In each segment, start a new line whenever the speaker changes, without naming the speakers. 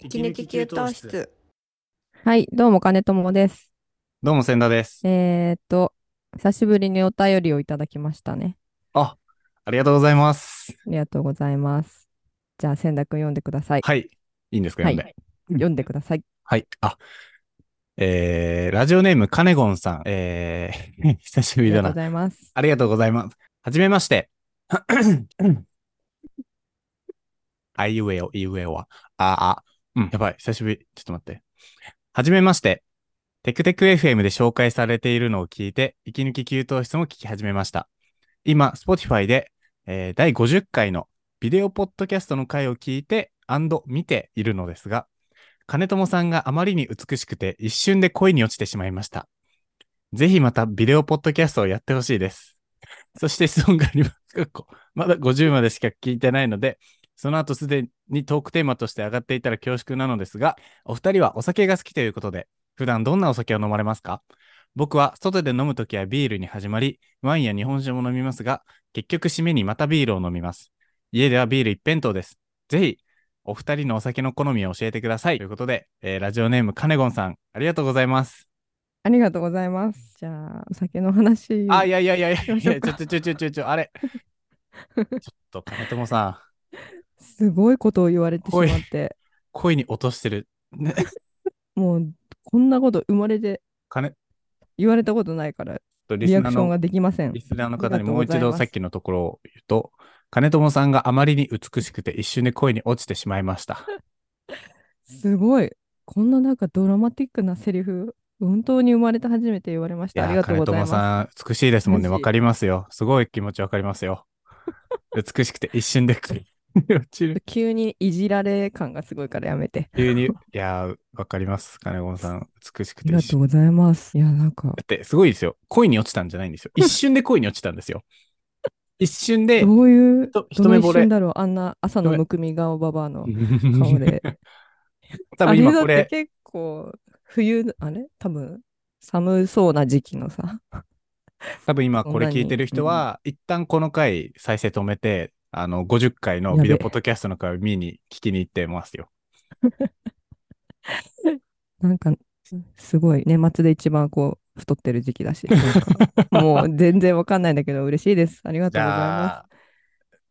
息抜き給湯室。
はい、どうも、金友です。
どうも、千田です。
えーっと、久しぶりにお便りをいただきましたね。
あ、ありがとうございます。
ありがとうございます。じゃあ、千田くん読んでください。
はい。いいんですか、読ん
は
で。
読んでください。
はい。あ、えー、ラジオネーム、カネゴンさん。えー、 久しぶ
あり
り
が
だ
とう
な
ご。ざいます。
ありがとうございます。はじめま して。あいうえお、いうえおは。あ、あ、うん、やばい。久しぶり。ちょっと待って。はじめまして。テクテク FM で紹介されているのを聞いて、息抜き給湯室も聞き始めました。今、Spotify で、えー第50回のビデオポッドキャストの回を聞いて、見ているのですが、金友さんがあまりに美しくて一瞬で恋に落ちてしまいました。ぜひまたビデオポッドキャストをやってほしいです。そして質問があります。かっこまだ50までしか聞いてないので、その後すでにトークテーマとして上がっていたら恐縮なのですが、お二人はお酒が好きということで、普段どんなお酒を飲まれますか僕は外で飲むときはビールに始まり、ワインや日本酒も飲みますが、結局締めにまたビールを飲みます。家ではビール一辺倒です。ぜひ、お二人のお酒の好みを教えてください。ということで、えーラジオネームカネゴンさん、ありがとうございます。
ありがとうございます。じゃあ、お酒の話。
あ、いやいやいやい
行
や
き
い
ましょ
や、
う
ちょ
か
ちょちょちょちょちょ、 あれ。ちょっと、金友さん、
すごいことを言われてしまって、
恋に落としてる。ね、
もう、こんなこと生まれて
金
言われたことないから、
とリ
リ
ス
アク
ナー
ションが
の、
できません
リ。スナーの方
あり
に
がと
も
う
う
ござい
一
ます
度さっきのところを言うと、金友さんがあまりに美しくて一瞬で恋に落ちてしまいました。
すごい。こんななんかドラマティックなセリフ、本当に生まれて初めて言われまし
い
た。あり
や、
がとう
金
ござい
友
ます。
さん、美しいですもんね。
嬉しい
わかりますよ。すごい気持ちわかります よ。美しくて一瞬で恋に落ちる。
急にいじられ感がすごいからやめて。
急に、いや、わかります。金友さん、美しく
あり
て
が
一
と
瞬。
うございます。いや、なんか
だ、ってすごいですよ。恋に落ちたんじゃないん ですよ。一瞬で恋に落ちたんですよ。一瞬で、
どういう、
と
ど
一
の
目
一
惚れ
瞬だろう、あんな朝の
一目
むくみ顔ババアの。顔で
多
あ
分
れ
今
だっ
こ
て
れ、
結構、冬の、あれ多分、寒そうな時期のさ。
多分今これ聞いてる人は、一旦この回再生止めて、あの、50回のビデ
や
オ
べえ
ポッドキャストの回を見に、聞きに行ってますよ。
なんか、すごい、年末で一番こう、太ってる時期だ し。なんかもう全然わかんないんだけど、嬉しいです。ありが
じ
とうございま
ゃあ、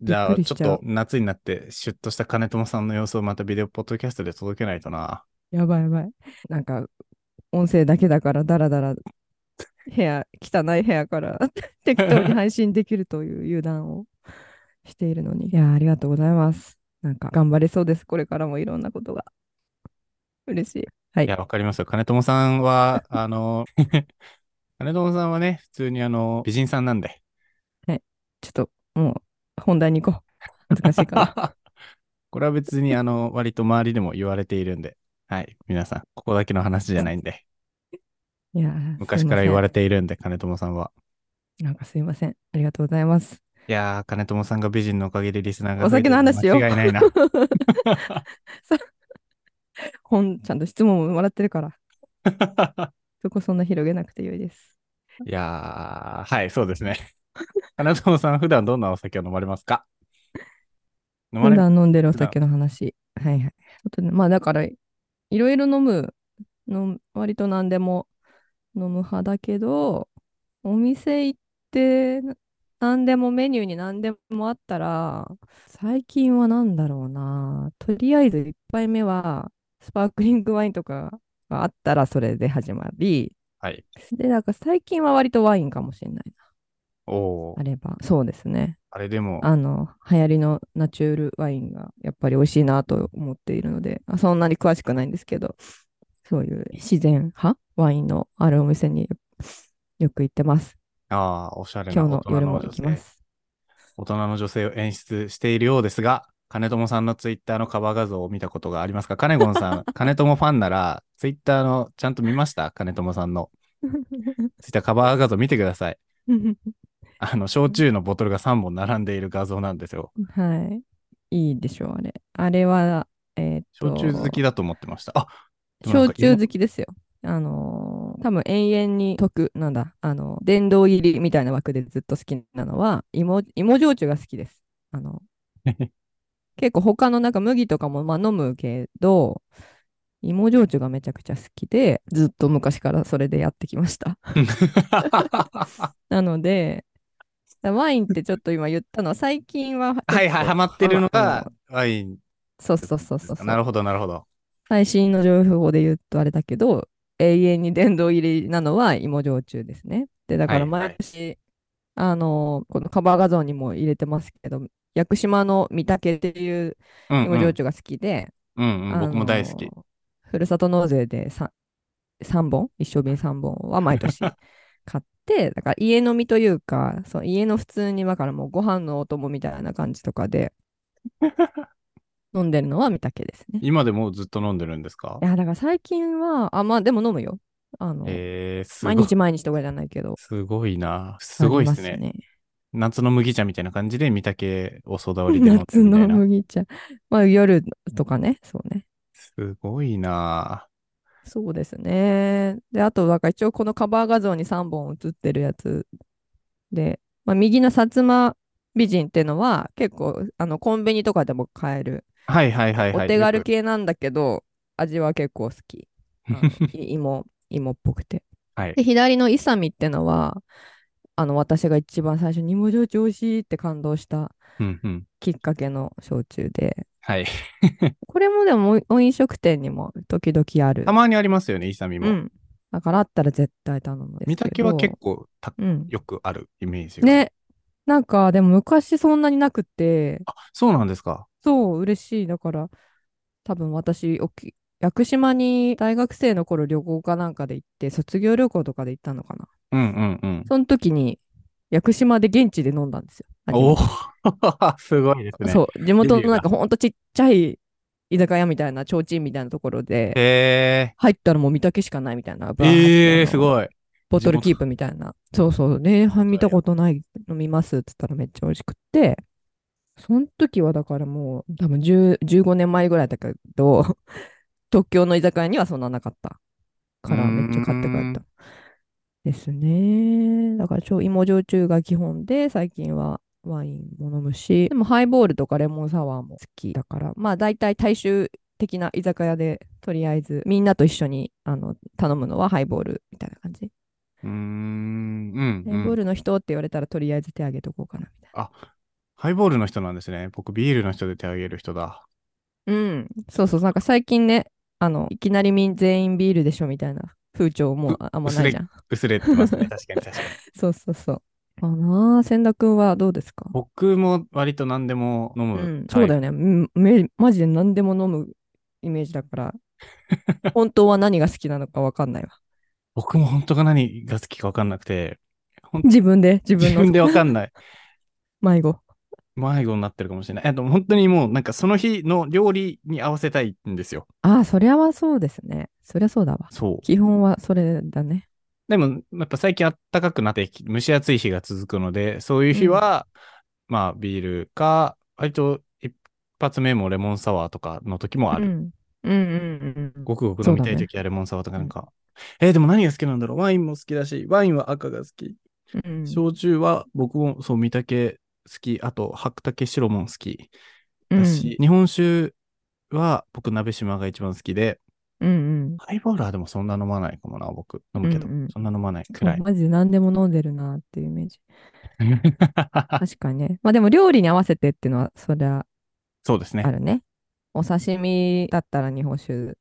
じゃ
び
あ
っくり
ち
し
ょっ
ちゃう
と夏になって、シュッとした金友さんの様子をまたビデオポッドキャストで届けないとな。
す。やばいやばい。なんか、音声だけだから、だらだら、部屋、汚い部屋から 適当に配信できるという油断をしているのに。いやー、ありがとうございます。なんか、頑張れそうです。これからもいろんなことが。嬉しい。はい
いや、わかりますよ。金友さんは、あ の、金友さんはね、普通にあの、美人さんなんで。
ちょっと、もう、本題に行こう。難しいから。
これは別に、あの、割と周りでも言われているんで、はい、皆さん、ここだけの話じゃないん で、
いやー
昔から言わ
れ
れているんで、金友さんは。
なんかすいません。ありがとうございます。
いやー、金友さんが美人のおかげでリスナーが
お
増え
酒
てる
の話よ。
間違いない な。
さ本、ちゃんと質問ももらってるから、 そこそんな広げなくてよいです。
いやー、はい、そうですね。金友さん、普段どんなお酒を飲まれますか飲ま
普
れ
段飲んでるお酒の話。はいはい。あとね、まあだから、いろいろ飲む、の割と何でも飲む派だけど、お店行って、な何でもメニューに何でもあったら、最近は何だろうな。とりあえず一杯目は、スパークリングワインとかがあったらそれで始まり、
はい。
で、なんか最近は割とワインかもしれないな。
おー
あれば、そうですね。
あれでも、
あの、流行りのナチュールワインがやっぱり美味しいなと思っているので、あそんなに詳しくないんですけど、そういう自然派ワインのあるお店によく行ってます。
あー、おしゃれな
今
大
日の
人
夜
の
も
女
行き
性
ます。
大人の女性を演出しているようですが、金友さんのツイッターのカバー画像を見たことがありますか金ゴンさ ん、金友ファンなら、ツイッターのちゃんと見ました金友さんの。ツイッターカバー画像見てください。あの、焼酎のボトルが3本並んでいる画像なんですよ。
はい。いいでしょう、あれ。あれは、えーっと、
焼酎好きだと思ってました。 あでもなん
焼
か
酎好きですよ。あのー多分永遠に得、なんだ、あの、殿堂入りみ たいな枠でずっと好きなのは、芋、芋焼酎が好きです。あの、結構他のなんか麦とかもまあ飲むけど、芋焼酎がめちゃくちゃ好きで、ずっと昔からそれでやってきました。 なので、ワインってちょっと今言ったのは、最近は結構。
はいはい、ハマってるの
あ
が
の、
ワイン
そうそうそうそうそう
なるほど、なるほど。
最新の情報で言うとあれだけど、永遠に殿堂入りなのは芋焼酎ですね。で、だか
は
ら
いはい
毎年、あのーこのカバー画像にも入れてますけど、屋久島の御嶽っていう
うん、う
芋焼
ん。
酎が好きで、
うんうん、
あ
僕も大好き
の。ーふるさと納税で 3, 三本、一生瓶3本は 毎年買って、だから家飲みというか、そう家の普通に、だからもうご飯のお供みたいな感じと かで飲んでるのは御嶽ですね。
今でもずっと飲んでるんですか
いや、だから最近は、あ、まあでも飲むよ。あの、
えー、すご
毎
い。
日毎日とかじゃないけど。
すごいな。すごいです
あ
ね
り。ます
夏の麦茶みたいな感じで、御嶽をソダ割りで飲んで
夏
るみた
の
いな。
麦茶。まあ夜とかね、そうね。
すごいな。
そうですね。で、あと、だから一応このカバー画像に3本写ってるやつで、まあ右の薩摩美人ってのは結構あのコンビニとかでも買える。
はいはいはいはい。
お手軽
よく
系なんだけど、味は結構好き。あの い芋、芋っぽくて。
はい。
で、左のイサミってのは、あの、私が一番最初に芋焼酎美味しいって感動した
うんうん。
きっかけの焼酎で、
はい。
これもでもお飲食店にも時々ある
た。まにありますよね、イサミ
う
も。
ん。だからあったら絶対頼むんです
御
け
嶽
ど。
は結構た
うん。
よくあるイメージが。
ね。なんか、でも昔そんなになくて、
あ、そうなんですか。
そう、嬉しい。だから、多分私、おき屋久島に大学生の頃旅行かなんかで行って、卒業旅行とかで行ったのかな。
うんうんうん。
その時に、屋久島で現地で飲んだんですよ。初めて
お ーすごいですね。
そう、地元
デビューが
のなんかほんとちっちゃい居酒屋みたいな、提灯みたいなところで、
へ
入ったらもう見たけしかないみたいな。
え。ええ、す
い。
ごい。
ボトルキープみたいな。そうそう、礼拝見たことない、飲みますって言ったらめっちゃ美味しくって、その時はだからもう、多分10 15年前ぐらいだけど、 東京の居酒屋にはそんななかったから、
うーん
めっちゃ買って帰った。ですね。だから超芋焼酎が基本で、最近はワインも飲むし、でもハイボールとかレモンサワーも好きだから、まあ大体大衆的な居酒屋で、とりあえずみんなと一緒にあの頼むのはハイボールみたいな感じ。
うーん。うん
ハイボー
うん。
ルの人って言われたら、とりあえず手挙げとこうかなみたい
ハイボールの人なんですね。僕、ビールの人で手挙げる人だ。
な。うん。そうそう、なんか最近ね、あの、いきなりみん全員ビールでしょみたいな風潮も
う
ああんまないじゃん。
薄れてます ね。確かに確かに。
そうそうそう。あなあ、千田くんはどうですか
僕も割と何でも飲
う
む。
ん、そうだよね。うんめマジで何でも飲むイメージだ から、本当は何が好きなのかわかんないわ。
僕も本当が何が好きか分かんなくて、ほん
自分で、自
自
分の
分で分かんない。
迷子。
迷子になってるかもしれない。えっと、本当にもうなんかその日の料理に合わせたいんですよ。
ああ、そりゃはそうですね。そりゃそうだわ。
そう。
基本はそれだね。
でも、やっぱ最近暖かくなってき蒸し暑い日が続くので、そういう日は、まあ、ビールか、割と一発目もレモンサワーとかの時もある。
うん。うんうんうん
ごくごく
そ
飲み
うだ
た
ね
い時はレモンサワーとかなんか。えーでも何が好きなんだろうワインも好きだし、ワインは赤が好き。
うん。うん
焼酎は僕もそう、御嶽好き。あと、白竹白も好き
う
だ
ん
し、日本酒は僕、鍋島が一番好きで、
うんうん。
ハイボールはでもそんな飲まないかもな、僕。飲むけど、
うんうん
そんな飲まないくらい
そう。マジで何でも飲んでるなっていうイメージ。確かにね。まあでも料理に合わせてっていうのはそりゃ
そうですね
あ。るね。お刺身だったら日本酒
う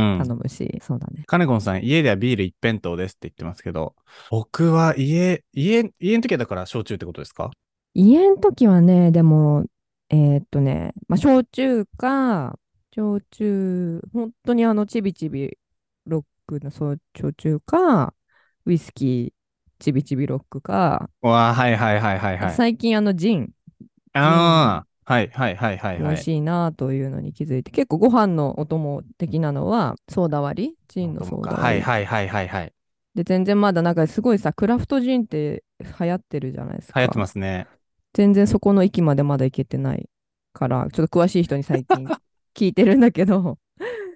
ん。
頼むし、そうだね。
カネゴンさん、家ではビール一辺倒ですって言ってますけど、僕は家、家、家の時はだから焼酎ってことですか
家の時はね、でも、えーっとね、まあ焼酎か、焼酎、本当にあのちびちびロックのそう焼酎か、ウイスキー、ちびちびロックか、
わあ、はいはいはいはいはい。
最近あのジン、
ああ、はいはいはいはい
美
は
味
い。
しいなというのに気づいて、結構ご飯のお供的なのはソーダ割りジンのソーダ割
は
り、
いはいはいはいはい。
で全然まだなんかすごいさクラフトジンって流行ってるじゃないですか
流行ってますね。
全然そこの域までまだ行けてないからちょっと詳しい人に最近聞いてるんだけど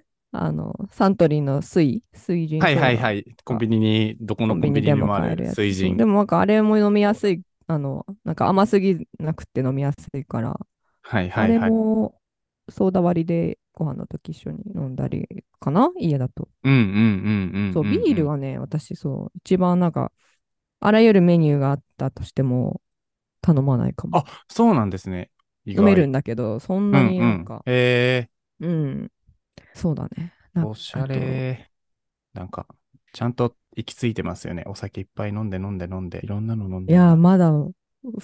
あのサントリーの水水ジン
はいはい
い
はい。コンビニに、どこの
コ
コ
ン
ン
ビ
ビニ
ニで
にも
も
あ
買える
る
やつ
水
そう
人
で。もなんかあれも飲みやすいあのなんか甘すぎなくて飲みやすいから
はいは
あ
い
れ
はい。
もソーダ割りでご飯の時一緒に飲んだりかな家だと。
うんうんうんうん。
そう、ビール
は。
はね、私そう、一番なんか、あらゆるメニューがあったとしても頼まないかも。
あ、そうなんですね。意
飲めるん
ん
だけど、そん
う
なんに
う
なん
ん
か、。
え
うん、そうだね。な
ー、
ん
おしゃれ。なんか、ちゃんと行き着いてますよね。お酒いっぱい飲んで飲んで飲んで、いろんなの飲ん
い
で。
やー、まだ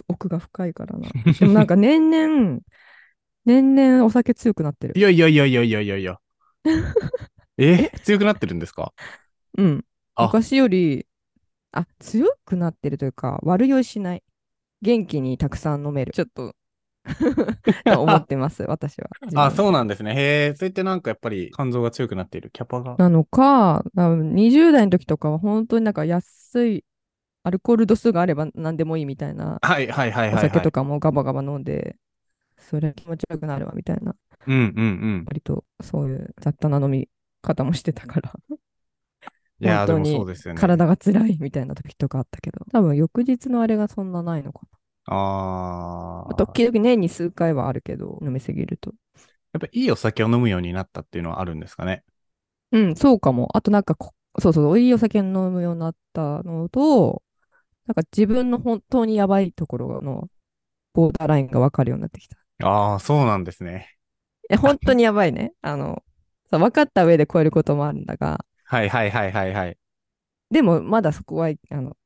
奥が深 いからな。でもなんか年々、年々お酒強くなってる
い。やいやいやいやいやいやいや。え強くなってるんです か
うん。
あ
昔より、あ、強くなってるというか、悪酔いしない。元気にたくさん飲める。ちょっとと思っ てます、私は。
あ、
う
そうなんですね。へえ、それってなんかやっぱり肝臓が強くなっている。キャパが。
なのか、多分20代の時とかは本当になんか安いアルコール度数があれば何でもいいみたいな、
はいはいはいはい、
お
はい。
酒とかもガバガバ飲んで、それ気持ち悪くなるわみたいな、
うんうんうん。
割とそういう雑多な飲み方もしてたから、
いやー、でも
本当に
そうですよね。
体が辛いみたいな時とかあったけど、多分翌日のあれがそんなないのか
あ
な。
あ。
時々年に数回はあるけど、飲みすぎると。
やっぱいいお酒を飲むようになったっていうのはあるんですかね。
うん、そうかも。あとなんかこそうそう、いいお酒飲むようになったのと、なんか自分の本当にやばいところのボーダーラインが分かるようになってきた。
ああ、そうなんですね。
え、本当にやばいね。 あの、そう分かった上で超えることもあるんだが、
はいはいはいはいはい。
でもまだそこは、あの、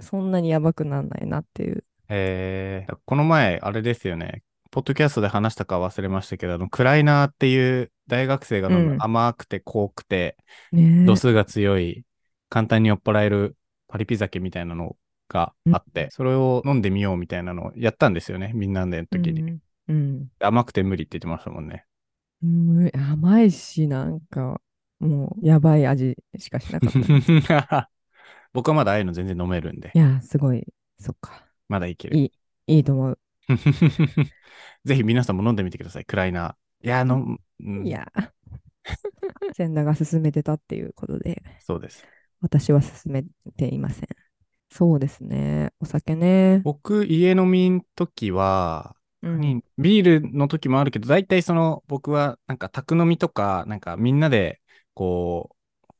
そんなにやばくならないなっていう。
えー、この前、あれですよね。ポッドキャストで話したか忘れましたけど、あの、クライナーっていう大学生が飲む
うん
甘くて濃くて、
ね
度数が強い、簡単に酔っ払えるパリピ酒みたいなのがあって、それを飲んでみようみたいなのをやったんですよね。みんなでの
え
時に。
うん。うん
甘くて無理って言ってましたもん ね。
うん甘いし、なんか、もう、やばい味しかしな かった。い
僕はまだああいうの全然飲めるんで、
や、すごい、そっか。
まだいける。
いいと思う。
ぜひ皆さんも飲んでみてください、クライナー。いや、あの、うん
いや。 千田が勧めてたっていうことで、
そうです。
私は勧めていません。そうですね。お酒ね。
僕、家飲みん時は、
うん。
ビールの時もあるけど、大体その、僕はなんか宅飲みとか、なんかみんなで、こう、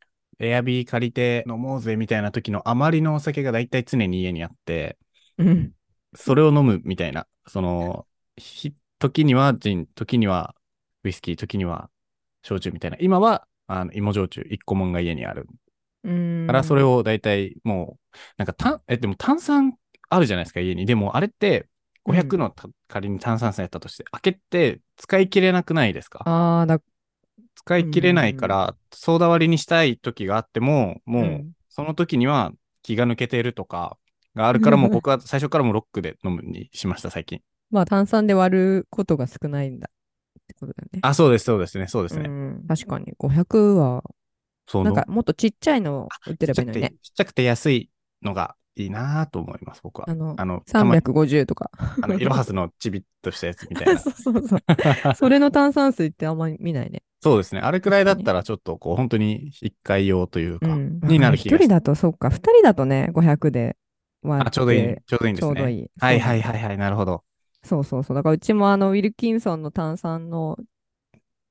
エアビー借りて飲もうぜみたいな時の余りのお酒が大体常に家にあって、
うん。
それを飲むみたいな、その、ひ時にはジン、時にはウイスキー、時には焼酎みたいな。今は、あの、芋焼酎1個もんが家にある。
うん
からそれを大体もう、なんか炭、え、でも炭酸あるじゃないですか、家に。でもあれって、500のた仮に炭酸水やったとして、開けて使い切れなくないですか
ああ、だ、
使い切れないから、ソーダ割りにしたい時があっても、もう、
ん
その時には気が抜けてるとかがある から、もう僕は最初からもうロックで飲むにしました、最近。
まあ炭酸で割ることが少ないんだってことだよね。
あ、そうです、そうですね、そうですね。
うん確かに500は、
そう
なんかもっとちっちゃいのを売ってればいいのにね。
ちっちゃくてちっちゃくて安いのがいいなぁと思います、僕は。
あの、
あの、たまに
350とか。
あの、イロハスのちびっとしたやつみたいな。
そうそうそう。それの炭酸水ってあんまり見ないね。
そうですね。あれくらいだったら、ちょっとこう、本当に一回用というか、
うん。
になる気
一
が
人
し
だと、そうか。二人だとね、500で割
あ、ちょうどいい、
って
ちょうどいいんで
ち
す
ょう
ね。
どいい。
はいはい
そうなんだ
はいはい、なるほど。
そうそうそう。だからうちもあの、ウィルキンソンの炭酸の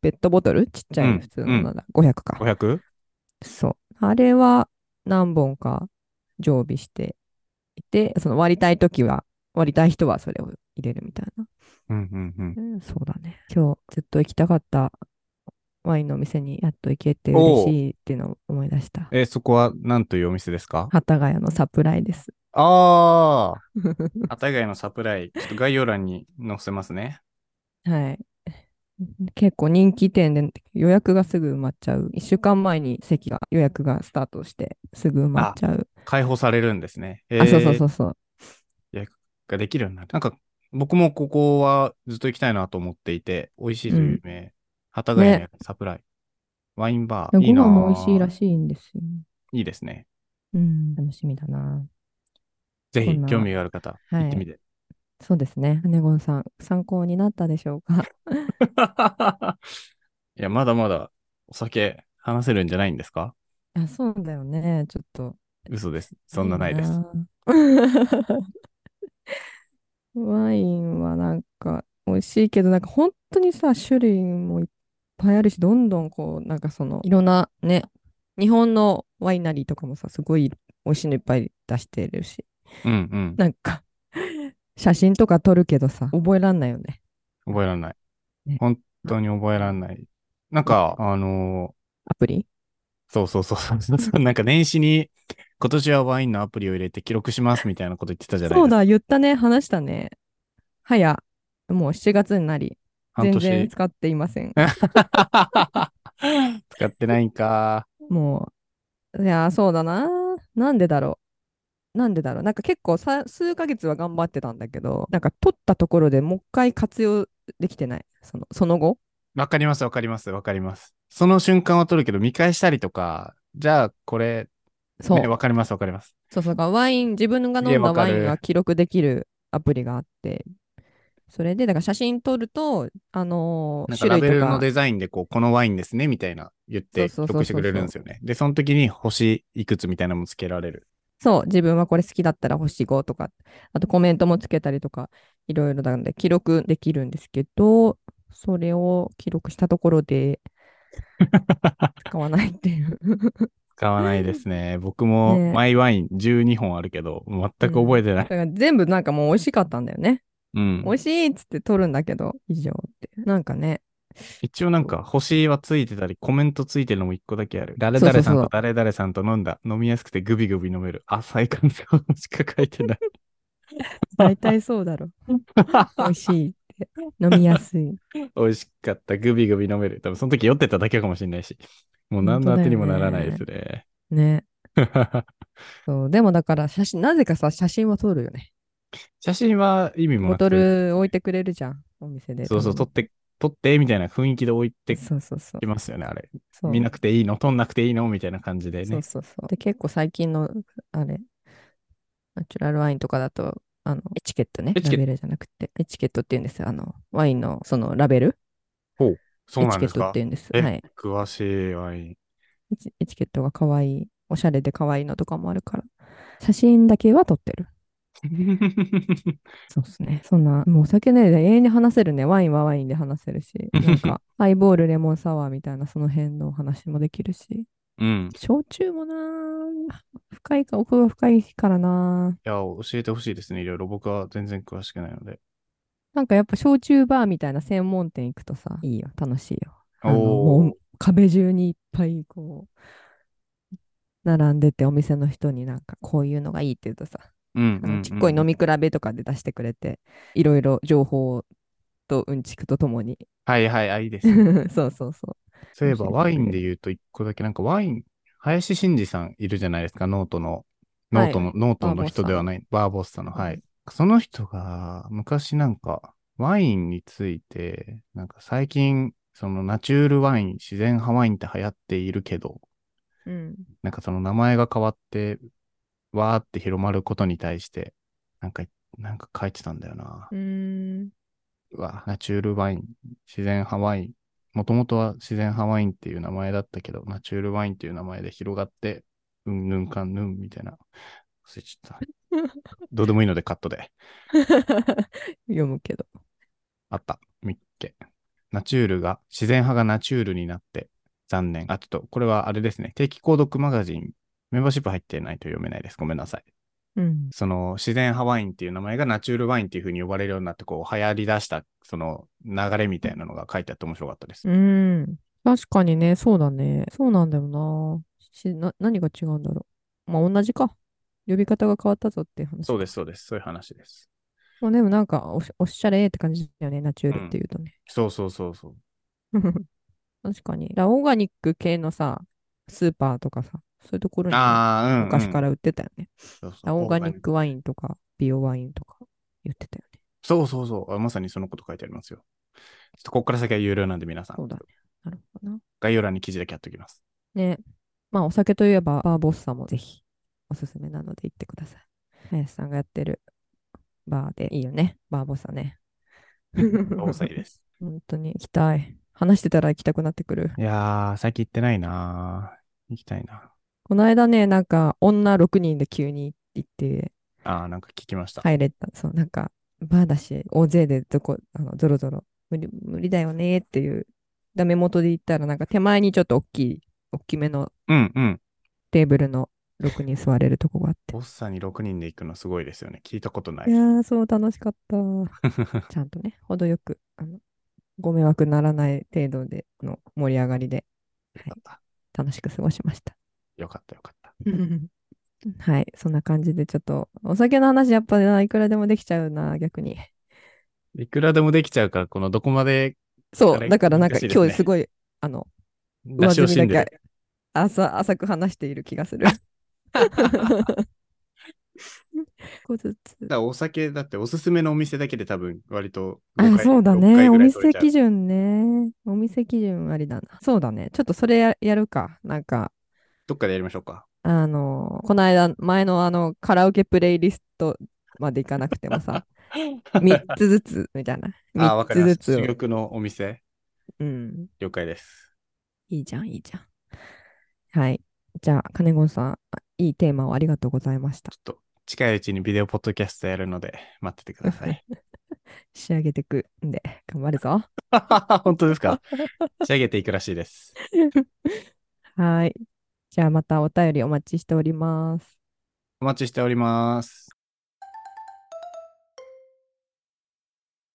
ペットボトル、ちっちゃ
うん
い普通のなんだ、500か。
500?
そう。あれは何本か常備していて、その割りたいときは、割りたい人はそれを入れるみたいな。
うんうんうん。
うん、そうだね。今日ずっと行きたかったワインのお店にやっと行けて
おう
嬉しいっていうのを思い出した。
え、そこは何というお店ですか
幡ヶ谷のサプライです。
ああ、 あたがいのサプライ、ちょっと概要欄に載せますね。
はい。結構人気店で予約がすぐ埋まっちゃう。1週間前に席が予約がスタートしてすぐ埋まっちゃう。
解放されるんですね。。
あ、そうそうそううそう。
ができるようになる。なんか、僕もここはずっと行きたいなと思っていて、美味しいという名、はたがいのサプライ、ワインバ
ご
ー、いい
飯
なぁ
も美味しいらしいんですよね。
いいですね。
うん、楽しみだな。
ぜ
そ
ひ
んな
興味がある方、
はい
行ってみて。
そうですね。ネゴンさん、参考になったでしょうか。
いや、まだまだお酒話せるんじゃないんですか
あ、そうだよね。ちょっと。
嘘です。そんなないです。
いいなワインはなんか、美美味しいけど、なんか本当にさ、種類もいっぱいあるし、どんどんこう、なんかその、いろんなね、日本のワイナリーとかもさ、すごい美味しいのいっぱい出してるし、
うん
なんか写真とか撮るけどさ、覚えらんないよね。
うん。覚えらんない
ね。
本当に覚えらんない。なんか、あの
アプリ
ーそうそうそうそうそう。 なんか年始に、今年はワインのアプリを入れて記録しますみたいなこと言ってたじゃない
そう
ですか。
だ、言ったね、話したね。はや、もう7月になり、
半
全
年。
然使っていません。
使ってないんか。
もう、いやー、そうだな。なんでだろう。なんでだろう。なんか結構さ、数ヶ月は頑張ってたんだけど、なんか取ったところでもう一回活用できてない。その、その後。
わかります、わかります、わかります。その瞬間は撮るけど、見返したりとか、じゃあこれ、
そう。
ね、わかります、わかります。
そうそう。だからワイン、自分が飲
いや
んだ
わか
ワ
る
インが記録できるアプリがあって、それで、だから写真撮ると、あのー
なんかラ
種
ベ
類
ル
と
の
か、
デザインでこう、このワインですね、みたいな言って
そう
記
そうそうそう
録してくれるんですよね。で、その時に星いくつみたいなのもつけられる。
そう、自分はこれ好きだったら星5とか、あとコメントもつけたりとか、いろいろなんで記録できるんですけど、それを記録したとこ ろで使わないっていう。
使わないですね。僕も
ね
マイワイン12本あるけど、全く覚えてな
だ
い。
から全部なんかもう美味しかったんだよね。
うん。
美味しいっつって取るんだけど、以上って。なん かね、
一応なんか星はついてたり、コメントついてるのも一個だけある。誰々さん
そうそうそう
と誰々さんと飲んだ。飲みやすくてグビグビ飲める。浅い感想しか書いて ない。
大体そうだろ。美味しいって。飲みやすい。
美味しかった。グビグビ飲める。多分その時酔ってただけかもしれないし。もう何の当てにもならないですね。
ね。そう。でもだから写真、なぜかさ、写真は撮るよね。
写真は意味も
ボ
な
ト
くて。
ル置いてくれるじゃん。お店で。
そうそう、撮っ
頼む
て、撮って、みたいな雰囲気で置いてき
そうそうそう。
ますよね、あれ。
そう
見なくていいの撮んなくていいのみたいな感じで
そ
ね
う。そうそう。で、結構最近の、あれ、ナチュラルワインとかだと、あの、エチケットね。
エチケット
ラベルじゃなくて、エチケットって言うんですよ。あの、ワインの、その、ラベル。
そうなん
エ
で
チ
す
ケットっ
か
て。言うんです。
え
はい。
詳しい ワイン。
エチエチケットが可愛い。おしゃれで可愛いのとかもあるから。写真だけは撮ってる。そうですね。そんな、もうお酒ね、永遠に話せるね。ワインはワインで話せ るし、なんか、ハイボール、レモンサワーみたいな、その辺のお話もできるし、
うん。
焼酎もなー深いか、奥が深いからなー
いや、教えてほしいですね。いろいろ僕は全然詳しくないので。
なんかやっぱ焼酎バーみたいな専門店行くとさ、いいよ、楽しいよ。あの
おー
もう壁中にいっぱいこう、並んでてお店の人になんかこういうのがいいって言うとさ、
うん
あ
うん、う
の
ん。
ちっこい飲み比べとかで出してくれて、いろいろ情報とうんちくとともに。
はいはい、あ、いいですね。
そうそうそう。
そういえば、ワインで言うと一個だけ、なんかワイン、林真二さんいるじゃないですか、ノートの、ノートの、ノートの人ではない、バーボスさんの、は
う
い。その人が、昔なんか、ワインについて、なんか最近、そのナチュールワイン、自然派ワインって流行っているけど、
うん。
なんかその名前が変わって、わーって広まることに対して、なんか、なんか書いてたんだよな。
うーん。
うわ、ナチュールワイン、自然派ワイン。もともとは自然派ワインっていう名前だったけど、ナチュールワインっていう名前で広がって、うんぬんかんぬんみたいな。忘れちゃった。どうでもいいのでカットで。
読むけど。
あった。みっけ。ナチュールが、自然派がナチュールになって、残念。あ、ちょっと、これはあれですね。定期購読マガジン、メンバーシップ入ってないと読めないです。ごめんなさい。
うん。
その自然派ワインっていう名前がナチュールワインっていう風に呼ばれるようになって、こう流行り出した、その流れみたいなのが書いてあって面白かったです。
うん。確かにね、そうだね。そうなんだよな。しな何が違うんだろう。まあ、同じか。呼び方が変わったぞっていう話。
そうです、そうです。そういう話です。
まあ、でもなんかおし、おっしゃれって感じだよね、ナチュールっていうとね。
そうそうそうそう。
確かに。だからオーガニック系のさ、スーパーとかさ、そういうところにね、
ああ、うん、うん。
昔から売ってたよね。
そうそう
だからオーガニッ
オーガニック
クワインとか、ビオワインとか言ってたよね。
そうそうそうあ。まさにそのこと書いてありますよ。ちょっとここから先は有料なんで皆さ、
そうんだね。なるほどな。
概要欄に記事だけ貼っておき ます。
ね。まあ、お酒といえば、バーボスさんもぜひ、おすすめなので行ってください。林さんがやってるバーでいいよね。バーボスさんね。
大騒ぎです。
本当に行きたい。話してたら行きたくなってくる。
いやー、最近行ってないなー行きたいな
この間ね、なんか、女6人で急に行って、
あー、なんか聞きました。
入れた、そう、なんか、バーだし、大勢でどこ、あの、ゾロゾロ、無理、無理だよねっていう、ダメ元で言ったら、なんか手前にちょっと大きい、大きめの
うんうん。
テーブルの6人座れるとこがあって。
ボッサに6人で行くのすごいですよね。聞いたことないい。
やー、そう楽しかった。ちゃんとね、程よく、あの、ご迷惑ならない程度での盛り上がりで
よかった。
楽しく過ごしました。
よかったよかった。
はい、そんな感じでちょっと、お酒の話やっぱないくらでもできちゃうな、逆に。
いくらでもできちゃうから、このどこまで
そ
あ
う、
れ
だからなんか
難しいですね
今日すごい、あの、
出し惜しんで
上積みだ
る
け。浅浅く話している気がする。 こうず つ
だからお酒だっておすすめのお店だけで多分割と
あ、そうだね。お店基
準。
準ね。お店基準ありだな。そうだね。ちょっとそれややるか。なんか、
どっかでやりましょうか。
あの、この間、前のあの、カラオケプレイリストまでいかなくて もさ、3つずつみたいな。
あ、わ
3
かり
つ
ま
ず
した。
つ
珠
を。
玉のお店。
うん。
了解です。
いいじゃん、いいじゃん。はい。じゃあ、金子さん、いいテーマをありがとうございました
ち。ょっと近いうちにビデオポッドキャストやるので待っててくださ い。
仕上げてくんで、頑張るぞ。
本当ですか仕上げていくらしいです。
はい。じゃあまたお便りお待ちしております。
お待ちしております。